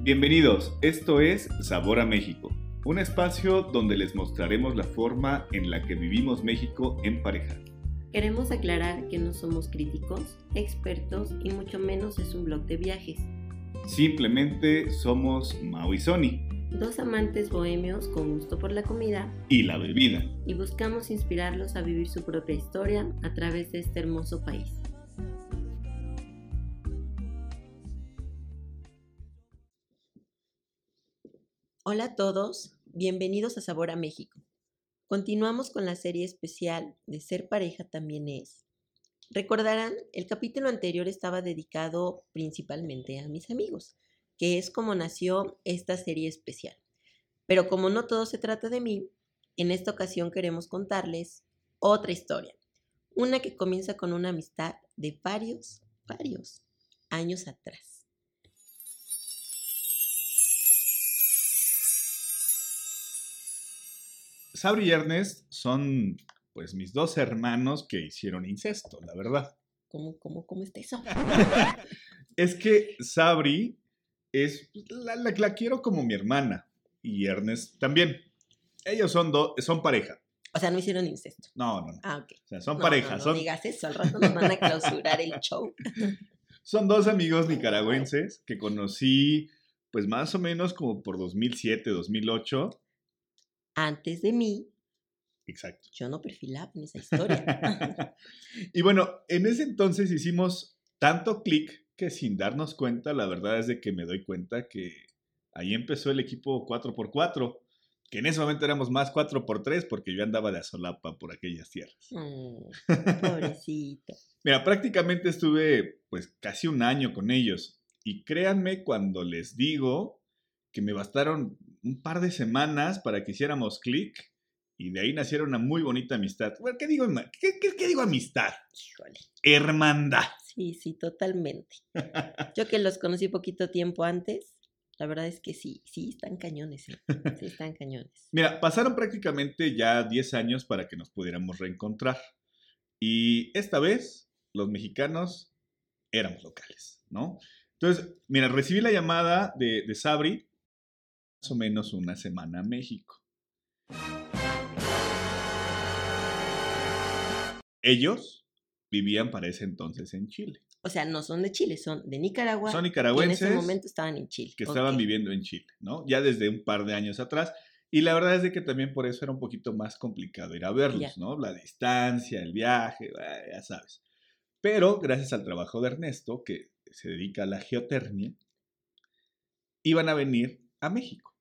Bienvenidos, esto es Sabor a México, un espacio donde les mostraremos la forma en la que vivimos México en pareja. Queremos aclarar que no somos críticos, expertos y mucho menos es un blog de viajes. Simplemente somos Mau y Sony Dos amantes bohemios con gusto por la comida y la bebida. y buscamos inspirarlos a vivir su propia historia a través de este hermoso país. Hola a todos, bienvenidos a Sabor a México. Continuamos con la serie especial de Ser pareja también es. Recordarán, el capítulo anterior estaba dedicado principalmente a mis amigos, que es como nació esta serie especial. Pero como no todo se trata de mí, en esta ocasión queremos contarles otra historia, una que comienza con una amistad de varios, varios años atrás. Sabri y Ernest son pues mis dos hermanos que hicieron incesto, la verdad. ¿Cómo, cómo, cómo está eso? Es que Sabri es la, la- la quiero como mi hermana y Ernest también. Ellos son dos, son pareja. O sea, no hicieron incesto. No, no, no. Ah, ok. O sea, son No, pareja, no, no son, digas eso, al rato nos van a clausurar el show. son dos amigos nicaragüenses que conocí pues más o menos como por 2007, 2008. Antes de mí, Exacto. yo no perfilaba en esa historia. y bueno, en ese entonces hicimos tanto clic que sin darnos cuenta, la verdad es de que me doy cuenta que ahí empezó el equipo 4x4, que en ese momento éramos más 4x3 porque yo andaba de azolapa por aquellas tierras. Mm, pobrecito. Mira, prácticamente estuve pues casi un año con ellos y créanme cuando les digo que me bastaron un par de semanas para que hiciéramos clic y de ahí naciera una muy bonita amistad. Bueno, ¿qué digo, herma- qué- qué- qué digo amistad? Híjole. Hermandad. Sí, sí, totalmente. Yo que los conocí poquito tiempo antes, la verdad es que sí, sí están cañones, ¿eh? Sí están cañones. Mira, pasaron prácticamente ya 10 años para que nos pudiéramos reencontrar. Y esta vez los mexicanos éramos locales, ¿no? Entonces, mira, recibí la llamada de, de Sabri más o menos una semana a México. Ellos vivían para ese entonces en Chile. O sea, no son de Chile, son de Nicaragua. Son y en nicaragüenses ese momento estaban en Chile. que estaban ok. viviendo en Chile, ¿no? Ya desde un par de años atrás. Y la verdad es de que también por eso era un poquito más complicado ir a verlos, Ya. ¿no? La distancia, el viaje, bah, ya sabes. Pero gracias al trabajo de Ernesto, que se dedica a la geotermia, iban a venir a México,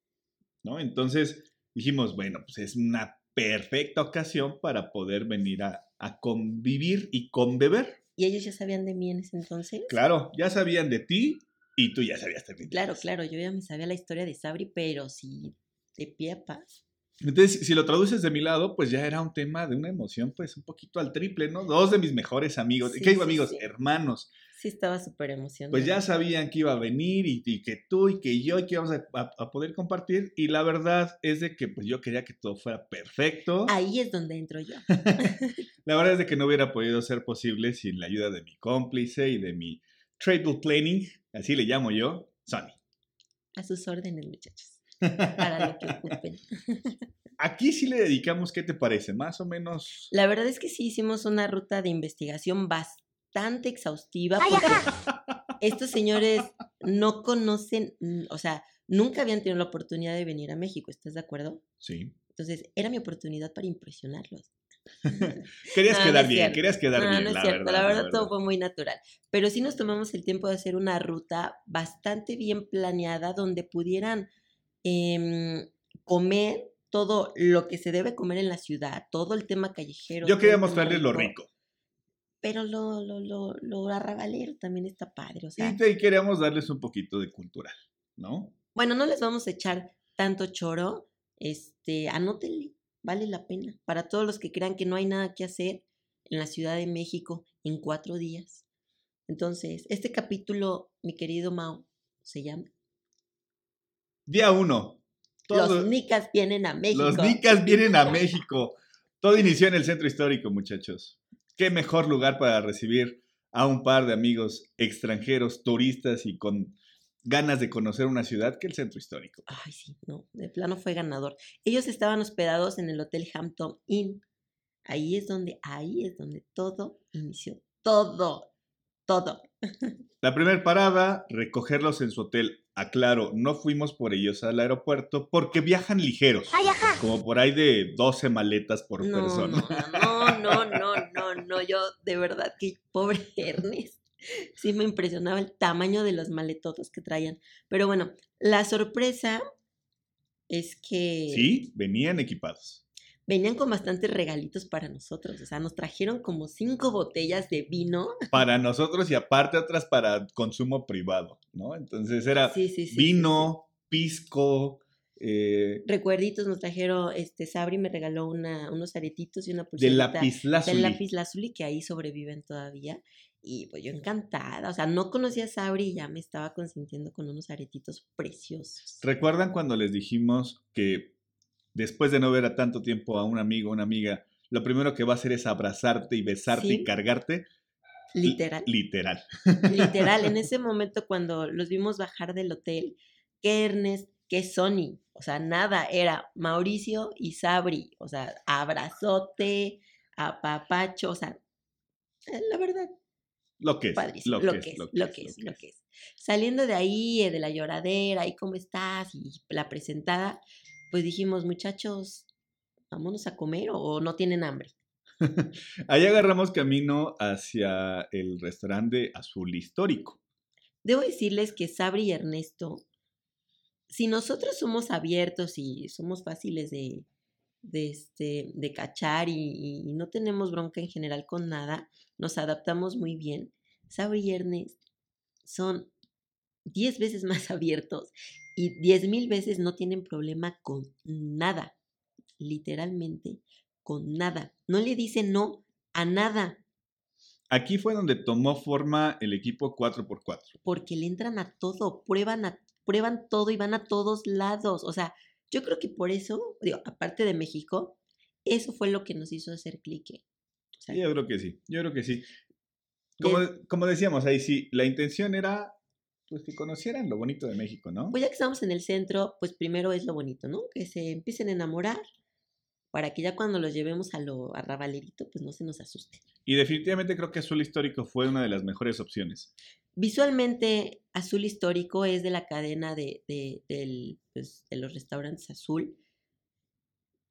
¿no? Entonces dijimos, bueno, pues es una perfecta ocasión para poder venir a, a convivir y conbeber. Y ellos ya sabían de mí en ese entonces. Claro, pues. ya sabían de ti y tú ya sabías de mí. Claro, claro, yo ya me sabía la historia de Sabri, pero sí, de pie a pa. Entonces, si lo traduces de mi lado, pues ya era un tema de una emoción, pues un poquito al triple, ¿no? Dos de mis mejores amigos, Sí, ¿qué digo sí, amigos? sí. Hermanos, Sí estaba súper emocionada. pues ya sabían que iba a venir y, y que tú y que yo y que íbamos a, a- a poder compartir. Y la verdad es de que pues yo quería que todo fuera perfecto. Ahí es donde entro yo. La verdad es de que no hubiera podido ser posible sin la ayuda de mi cómplice y de mi trade planning, así le llamo yo, Sonny. A sus órdenes, muchachos. Para lo que ocupen. Aquí sí le dedicamos, ¿qué te parece? Más o menos... La verdad es que sí hicimos una ruta de investigación bastante exhaustiva porque estos señores no conocen, mm, o sea, nunca habían tenido la oportunidad de venir a México, ¿estás de acuerdo? Sí. Entonces, era mi oportunidad para impresionarlos. Querías No, no quedar es bien, cierto. querías quedar no, bien, no es la, cierto, verdad, la verdad, todo fue muy natural. Pero sí nos tomamos el tiempo de hacer una ruta bastante bien planeada donde pudieran em, comer todo lo que se debe comer en la ciudad, todo el tema callejero. Yo todo quería el tema mostrarles lo rico. Pero lo, lo, lo, lo arrabalero también está padre. O sea, Y, te- y queríamos darles un poquito de cultural, ¿no? bueno, no les vamos a echar tanto choro. Este, anótenle, vale la pena. Para todos los que crean que no hay nada que hacer en la Ciudad de México en cuatro días. Entonces, este capítulo, mi querido Mao, se llama Día uno. Todo- Los nicas vienen a México. los nicas vienen a México. Todo inició en el centro histórico, muchachos. Qué mejor lugar para recibir a un par de amigos extranjeros, turistas y con ganas de conocer una ciudad que el centro histórico. Ay, sí, no, de plano fue ganador. Ellos estaban hospedados en el Hotel Hampton Inn. Ahí es donde, ahí es donde todo inició. Todo, todo. La primera parada, recogerlos en su hotel. Aclaro, no fuimos por ellos al aeropuerto porque viajan ligeros. Ay, ajá. Como por ahí de 12 maletas por No, persona. No, no, no, no, no, no, yo de verdad que pobre Ernest. Sí me impresionaba el tamaño de los maletotos que traían. Pero bueno, la sorpresa es que Sí, venían equipados. venían con bastantes regalitos para nosotros. O sea, nos trajeron como cinco botellas de vino. Para nosotros y aparte otras para consumo privado, ¿no? Entonces era Sí, sí, sí. Ah, vino, pisco, eh, Recuerditos nos trajeron, este, Sabri me regaló una, unos aretitos y una de pulserita. lapislázuli. Pues del lápiz lazuli que ahí sobreviven todavía. Y pues yo encantada, o sea, no conocía a Sabri y ya me estaba consintiendo con unos aretitos preciosos. ¿Recuerdan cuando les dijimos que después de no ver a tanto tiempo a un amigo o una amiga, lo primero que va a hacer es abrazarte y besarte Sí. y cargarte? Literal, Literal. literal. En ese momento cuando los vimos bajar del hotel, que Ernest, que Sony, o sea, nada, era Mauricio y Sabri, o sea, abrazote, apapacho, o sea, eh, la verdad, Lo que es. padrísimo, lo, que es, lo que es, lo que es. Saliendo de ahí, eh, de la lloradera, y cómo estás, y la presentada, pues dijimos, muchachos, vámonos a comer o, o no tienen hambre. Ahí agarramos camino hacia el restaurante Azul Histórico. Debo decirles que Sabri y Ernesto, si nosotros somos abiertos y somos fáciles de, de, este, de cachar y, y no tenemos bronca en general con nada, nos adaptamos muy bien. Sabri y Ernest son 10 veces más abiertos y 10 mil veces no tienen problema con nada, literalmente con nada. No le dicen no a nada Aquí fue donde tomó forma el equipo 4x4. porque le entran a todo, prueban, a- prueban todo y van a todos lados. O sea, yo creo que por eso, digo, aparte de México, eso fue lo que nos hizo hacer clique. O sea, Sí, yo creo que sí, yo creo que sí. Como, como decíamos ahí, sí, la intención era pues que conocieran lo bonito de México, ¿no? pues ya que estamos en el centro, pues primero es lo bonito, ¿no? Que se empiecen a enamorar para que ya cuando los llevemos a lo a Rabalerito, pues no se nos asusten. Y definitivamente creo que Azul Histórico fue una de las mejores opciones. Visualmente, Azul Histórico es de la cadena de, de- del, pues, de los restaurantes Azul.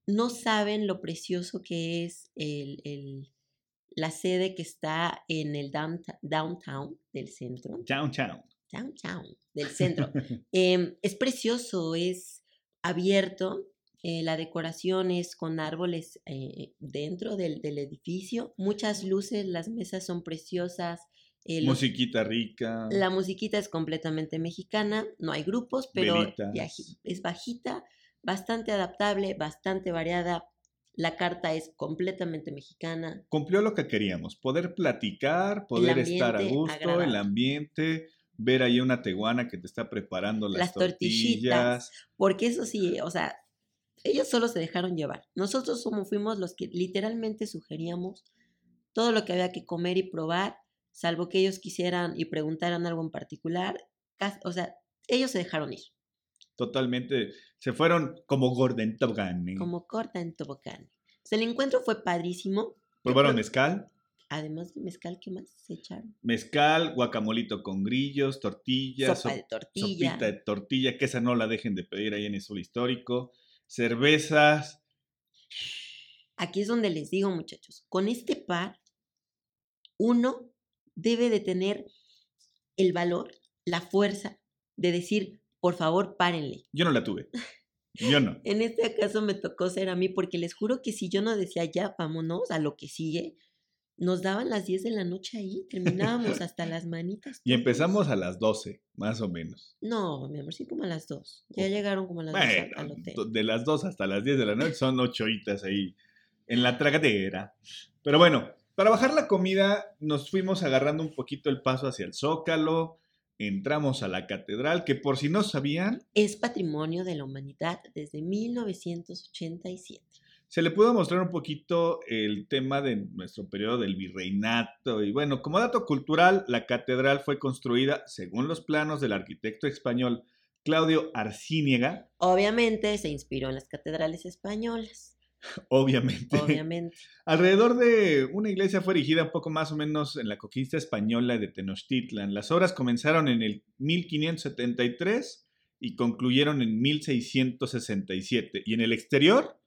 No saben lo precioso que es el- el- la sede que está en el downta- downtown del centro. Downtown. Downtown del centro. Em, es precioso, es abierto. eh, la decoración es con árboles eh, dentro del, del edificio. Muchas luces, las mesas son preciosas. eh, los- Musiquita rica. la musiquita es completamente mexicana, no hay grupos, pero Velitas. de aji- es bajita, bastante adaptable, bastante variada. La carta es completamente mexicana. Cumplió lo que queríamos, poder platicar, poder estar a ambiente gusto, el agradable. ambiente, ver ahí una teguana que te está preparando las, Las tortillitas. tortillas. Porque eso sí, o sea, ellos solo se dejaron llevar. Nosotros somos, fuimos los que literalmente sugeríamos todo lo que había que comer y probar, salvo que ellos quisieran y preguntaran algo en particular. Cas- O sea, ellos se dejaron ir, Totalmente, se fueron como Gordon Tobogán. ¿eh? como corta en tobogán. O sea, el encuentro fue padrísimo. Probaron mezcal, Además del mezcal, ¿qué más se echaron? mezcal, guacamolito con grillos, tortillas, Sopa sop- de tortilla. sopita de tortilla, que esa no la dejen de pedir ahí en el Sol Histórico, cervezas, Aquí es donde les digo, muchachos, con este par, uno debe de tener el valor, la fuerza de decir, por favor, párenle. yo no la tuve, yo no. En este caso me tocó ser a mí, porque les juro que si yo no decía ya, vámonos a lo que sigue, nos daban las 10 de la noche ahí, terminábamos hasta las manitas. Y todos. empezamos a las 12, más o menos. No, mi amor, sí, como a las 2. Ya llegaron como a las 2 al- al Bueno, hotel. do- de las 2 hasta las 10 de la noche son 8 horitas ahí en la tragadera. Pero bueno, para bajar la comida nos fuimos agarrando un poquito el paso hacia el Zócalo, entramos a la catedral, que por si no sabían, Es patrimonio de la humanidad desde 1987. Se le pudo mostrar un poquito el tema de nuestro periodo del virreinato. Y bueno, como dato cultural, la catedral fue construida según los planos del arquitecto español Claudio Arcíniega, Obviamente se inspiró en las catedrales españolas, obviamente. obviamente. Alrededor de una iglesia fue erigida un poco más o menos en la conquista española de Tenochtitlan. Las obras comenzaron en el 1573 y concluyeron en 1667. Y en el exterior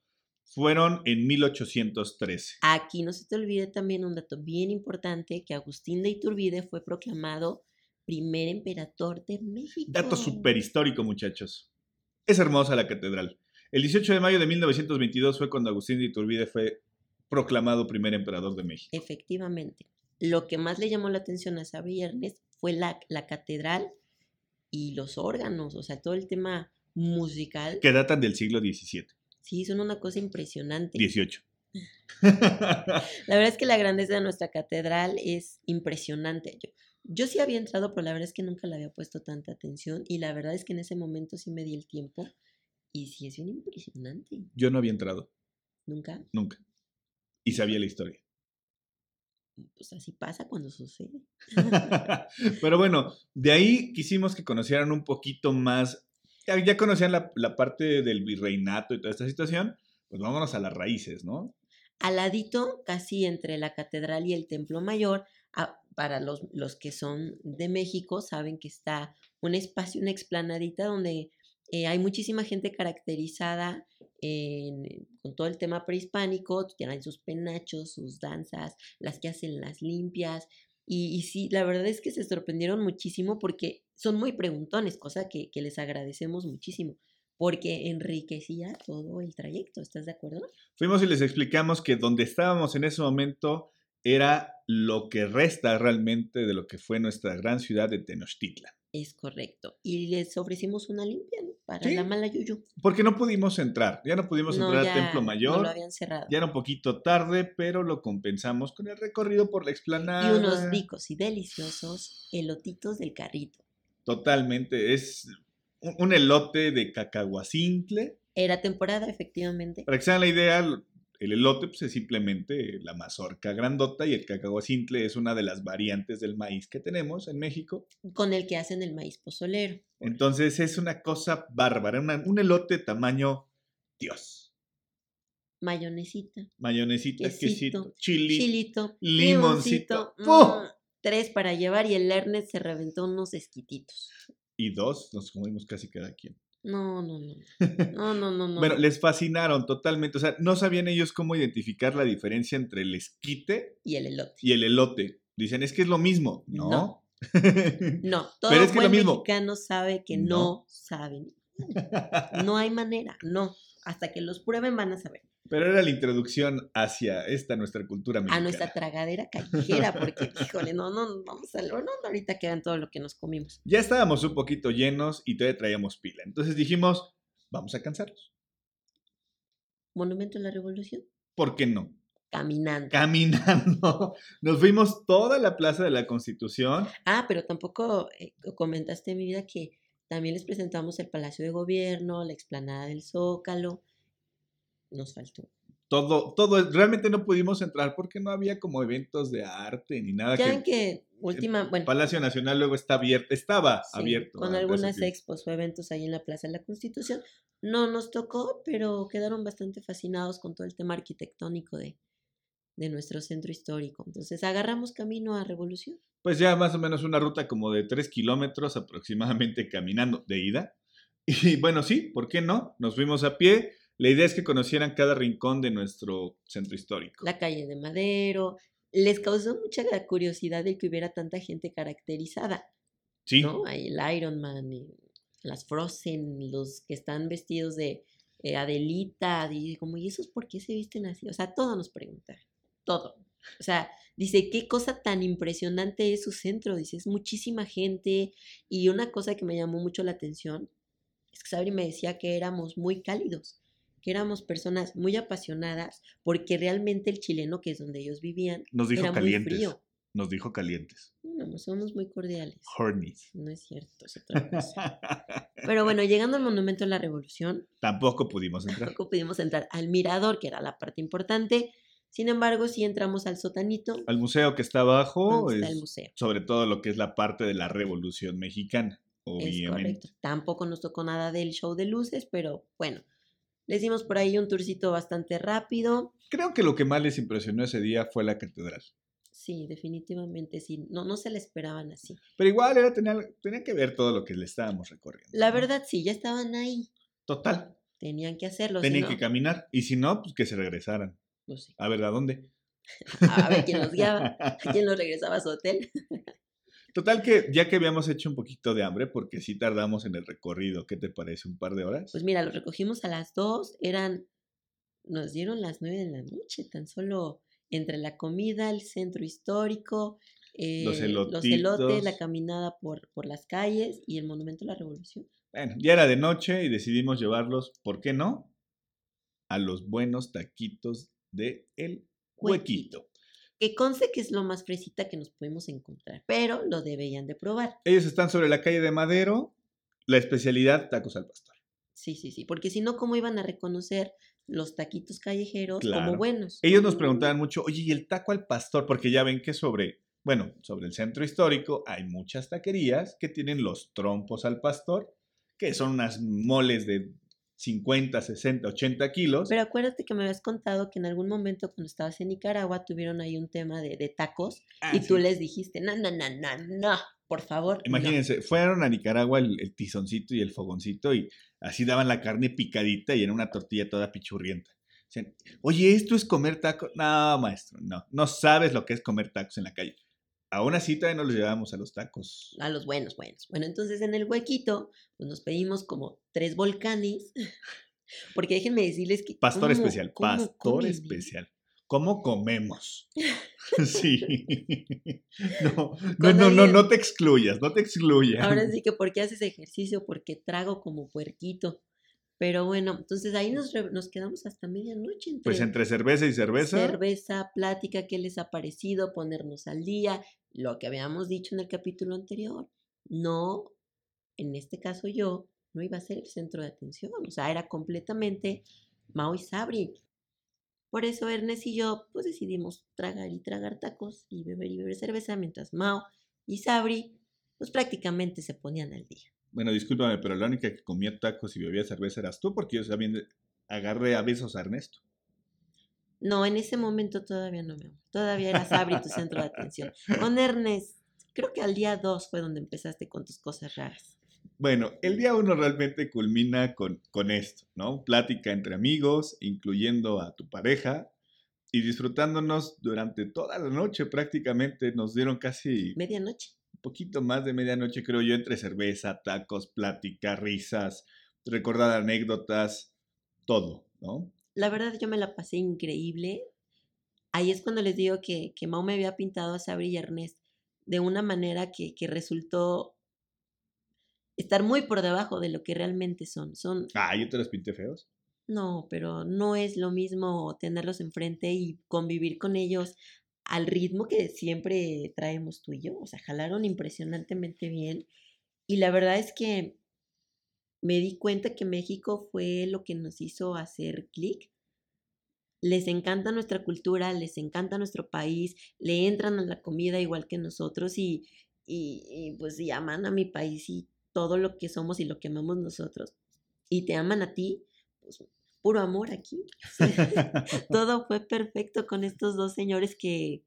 fueron en 1813. Aquí no se te olvide también un dato bien importante que Agustín de Iturbide fue proclamado primer emperador de México. Dato superhistórico, muchachos. Es hermosa la catedral. El 18 de mayo de 1922 fue cuando Agustín de Iturbide fue proclamado primer emperador de México. Efectivamente. Lo que más le llamó la atención a Sabri Ernest fue la, la catedral y los órganos, o sea, todo el tema musical. Que datan del siglo XVII, Sí, son una cosa impresionante. XVIII. La verdad es que la grandeza de nuestra catedral es impresionante. Yo, yo sí había entrado, pero la verdad es que nunca le había puesto tanta atención y la verdad es que en ese momento sí me di el tiempo y sí es bien impresionante. Yo no había entrado, Nunca, nunca. Y sabía la historia. pues así pasa cuando sucede. Pero bueno, de ahí quisimos que conocieran un poquito más. Ya, ya conocían la, la parte del virreinato y toda esta situación. Pues vámonos a las raíces, ¿no? Al ladito, casi entre la catedral y el templo mayor, a- para los, los que son de México, saben que está un espacio, una explanadita donde eh, hay muchísima gente caracterizada en- con todo el tema prehispánico, tienen sus penachos, sus danzas, las que hacen las limpias. Y, y sí, la verdad es que se sorprendieron muchísimo porque son muy preguntones, cosa que, que les agradecemos muchísimo, porque enriquecía todo el trayecto, ¿estás de acuerdo? Fuimos y les explicamos que donde estábamos en ese momento era lo que resta realmente de lo que fue nuestra gran ciudad de Tenochtitlan. Es correcto. Y les ofrecimos una limpia ¿no? para Sí. la mala yuyu. Porque no pudimos entrar, ya no pudimos entrar al Templo No Mayor, lo habían cerrado. ya era un poquito tarde, pero lo compensamos con el recorrido por la explanada. y unos ricos y deliciosos elotitos del carrito. Totalmente, es un, un elote de cacahuacintle. Era temporada, efectivamente. Para que se hagan la idea, el elote pues, es simplemente la mazorca grandota y el cacahuacintle es una de las variantes del maíz que tenemos en México. Con el que hacen el maíz pozolero. Entonces es una cosa bárbara, una- un elote tamaño Dios. Mayonesita. Mayonesita, Quesito, quesito, chili. Chilito. limoncito. Limoncito. ¡Fu! mm, tres para llevar y el Ernest se reventó unos esquititos. Y dos, nos comimos casi cada quien. No, no, no. No, no, no, no. Bueno, no. les fascinaron totalmente. O sea, no sabían ellos cómo identificar la diferencia entre el esquite Y el elote. y el elote. Dicen, es que es lo mismo. No. No. No, todo Pero es que lo buen mismo. mexicano sabe que No. no saben No hay manera, no. Hasta que los prueben van a saber. Pero era la introducción hacia esta nuestra cultura A mexicana. nuestra Ah, tragadera callejera, porque, híjole, no, no, no, vamos al horno, ahorita quedan todo lo que nos comimos. Ya estábamos un poquito llenos y todavía traíamos pila. Entonces dijimos, vamos a cansarnos. Monumento a la Revolución, ¿Por qué no? caminando. caminando. Nos fuimos toda la Plaza de la Constitución. Ah, pero tampoco eh, comentaste, mi vida, que también les presentamos el Palacio de Gobierno, la explanada del Zócalo. Nos faltó. Todo, todo, realmente no pudimos entrar porque no había como eventos de arte ni nada. Ya ven Ah, Que que última, bueno, Palacio Nacional luego está abierto, estaba sí, abierto. con antes de algunas que- expos o eventos ahí en la Plaza de la Constitución. No nos tocó, pero quedaron bastante fascinados con todo el tema arquitectónico de, de nuestro centro histórico. Entonces agarramos camino a Revolución. Pues ya más o menos una ruta como de tres kilómetros aproximadamente caminando de ida. Y bueno, sí, ¿por qué no? Nos fuimos a pie. La idea es que conocieran cada rincón de nuestro centro histórico. La calle de Madero. Les causó mucha gra- curiosidad el que hubiera tanta gente caracterizada, sí, ¿no? Hay el Iron Man, y las Frozen, los que están vestidos de eh, Adelita, y como, ¿y esos por qué se visten así? O sea, todo nos preguntaron, todo. O sea, dice, qué cosa tan impresionante es su centro, dice, es muchísima gente. Y una cosa que me llamó mucho la atención es que Sabri me decía que éramos muy cálidos, que éramos personas muy apasionadas, porque realmente el chileno, que es donde ellos vivían, nos dijo era muy calientes. frío. Nos dijo calientes. No, somos muy cordiales. Horny. No es cierto, es otra cosa. Pero bueno, llegando al Monumento de la Revolución, Tampoco pudimos entrar. tampoco pudimos entrar al mirador, que era la parte importante. Sin embargo, sí entramos al sotanito, Al museo que está abajo, donde Oh, está es el museo. sobre todo lo que es la parte de la Revolución Mexicana, Es correcto. obviamente. Tampoco nos tocó nada del show de luces, pero bueno, les dimos por ahí un tourcito bastante rápido. Creo que lo que más les impresionó ese día fue la catedral. Sí, definitivamente sí. No, no se la esperaban así. Pero igual era tener, tenía que ver todo lo que le estábamos recorriendo. La ¿no? verdad, sí, ya estaban ahí. Total. Tenían que hacerlo. si Tenían pues, no, que caminar. Y si no, pues que se regresaran. pues sí. A ver, ¿a dónde? A ver quién los guiaba, a quién los regresaba a su hotel. Total que ya que habíamos hecho un poquito de hambre, porque sí tardamos en el recorrido, ¿qué te parece? ¿Un par de horas? Pues mira, los recogimos a las 2, eran, nos dieron las 9 de la noche, tan solo entre la comida, el centro histórico, eh, los elotes, la elotitos. caminada por, por las calles y el Monumento a la Revolución. Bueno, ya era de noche y decidimos llevarlos, ¿por qué no? A los buenos taquitos de El Huequito. Huequito. Que conste que es lo más fresita que nos pudimos encontrar, pero lo debían de probar. Ellos están sobre la calle de Madero, la especialidad tacos al pastor. Sí, sí, sí, porque si no, ¿cómo iban a reconocer los taquitos callejeros Claro. como buenos? Ellos nos preguntaban mucho, oye, ¿y el taco al pastor? Porque ya ven que sobre, bueno, sobre el centro histórico hay muchas taquerías que tienen los trompos al pastor, que son unas moles de 50, 60, 80 kilos. Pero acuérdate que me habías contado que en algún momento cuando estabas en Nicaragua tuvieron ahí un tema de, de tacos Ah, y sí. tú les dijiste, no, no, no, no, no, por favor. no". Imagínense, fueron a Nicaragua el, el tizoncito y el fogoncito y así daban la carne picadita y en una tortilla toda pichurrienta. Decían, oye, ¿esto es comer tacos? No, maestro, no, no sabes lo que es comer tacos en la calle. Aún así todavía no los llevábamos a los tacos. A los buenos, buenos. Bueno, entonces en el huequito pues nos pedimos como tres volcanes, porque déjenme decirles que... Pastor cómo- especial, cómo pastor comen, ¿eh? especial. ¿Cómo comemos? sí. No, no, Con no, no, alguien- no te excluyas, no te excluyas. Ahora sí que porque haces ejercicio, porque trago como puerquito. Pero bueno, entonces ahí nos, re- nos quedamos hasta medianoche. Entre... Pues entre cerveza y cerveza, cerveza, plática, qué les ha parecido, ponernos al día, lo que habíamos dicho en el capítulo anterior. No, en este caso yo, no iba a ser el centro de atención, o sea, era completamente Mao y Sabri. Por eso Ernest y yo pues decidimos tragar y tragar tacos y beber y beber cerveza, mientras Mao y Sabri pues prácticamente se ponían al día. bueno, discúlpame, pero la única que comía tacos y bebía cerveza eras tú, porque yo también agarré a besos a Ernesto. No, en ese momento todavía no me amo. Todavía era Sabri tu centro de atención. Con Ernest, creo que al día 2 fue donde empezaste con tus cosas raras. Bueno, el día uno realmente culmina con, con esto, ¿no? Plática entre amigos, incluyendo a tu pareja, y disfrutándonos durante toda la noche prácticamente. Nos dieron casi Medianoche. poquito más de medianoche, creo yo, entre cerveza, tacos, plática, risas, recordar anécdotas, todo, ¿no? La verdad, yo me la pasé increíble. Ahí es cuando les digo que, que Mau me había pintado a Sabri y Ernest de una manera que, que resultó estar muy por debajo de lo que realmente son. Son Ah, yo te los pinté feos. No, pero no es lo mismo tenerlos enfrente y convivir con ellos al ritmo que siempre traemos tú y yo. O sea, jalaron impresionantemente bien. Y la verdad es que me di cuenta que México fue lo que nos hizo hacer clic. Les encanta nuestra cultura, les encanta nuestro país, le entran a la comida igual que nosotros y, y, y, pues y aman a mi país y todo lo que somos y lo que amamos nosotros. Y te aman a ti, pues puro amor aquí. todo fue perfecto con estos dos señores que,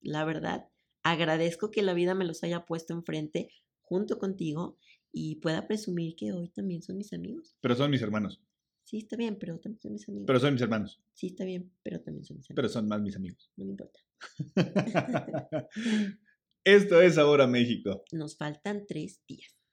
la verdad, agradezco que la vida me los haya puesto enfrente junto contigo y pueda presumir que hoy también son mis amigos. Pero son mis hermanos. Sí, está bien, pero también son mis amigos. Pero son mis hermanos. sí, está bien, pero también son mis amigos. Pero son más mis amigos. No me importa. Esto es Ahora México. Nos faltan tres días.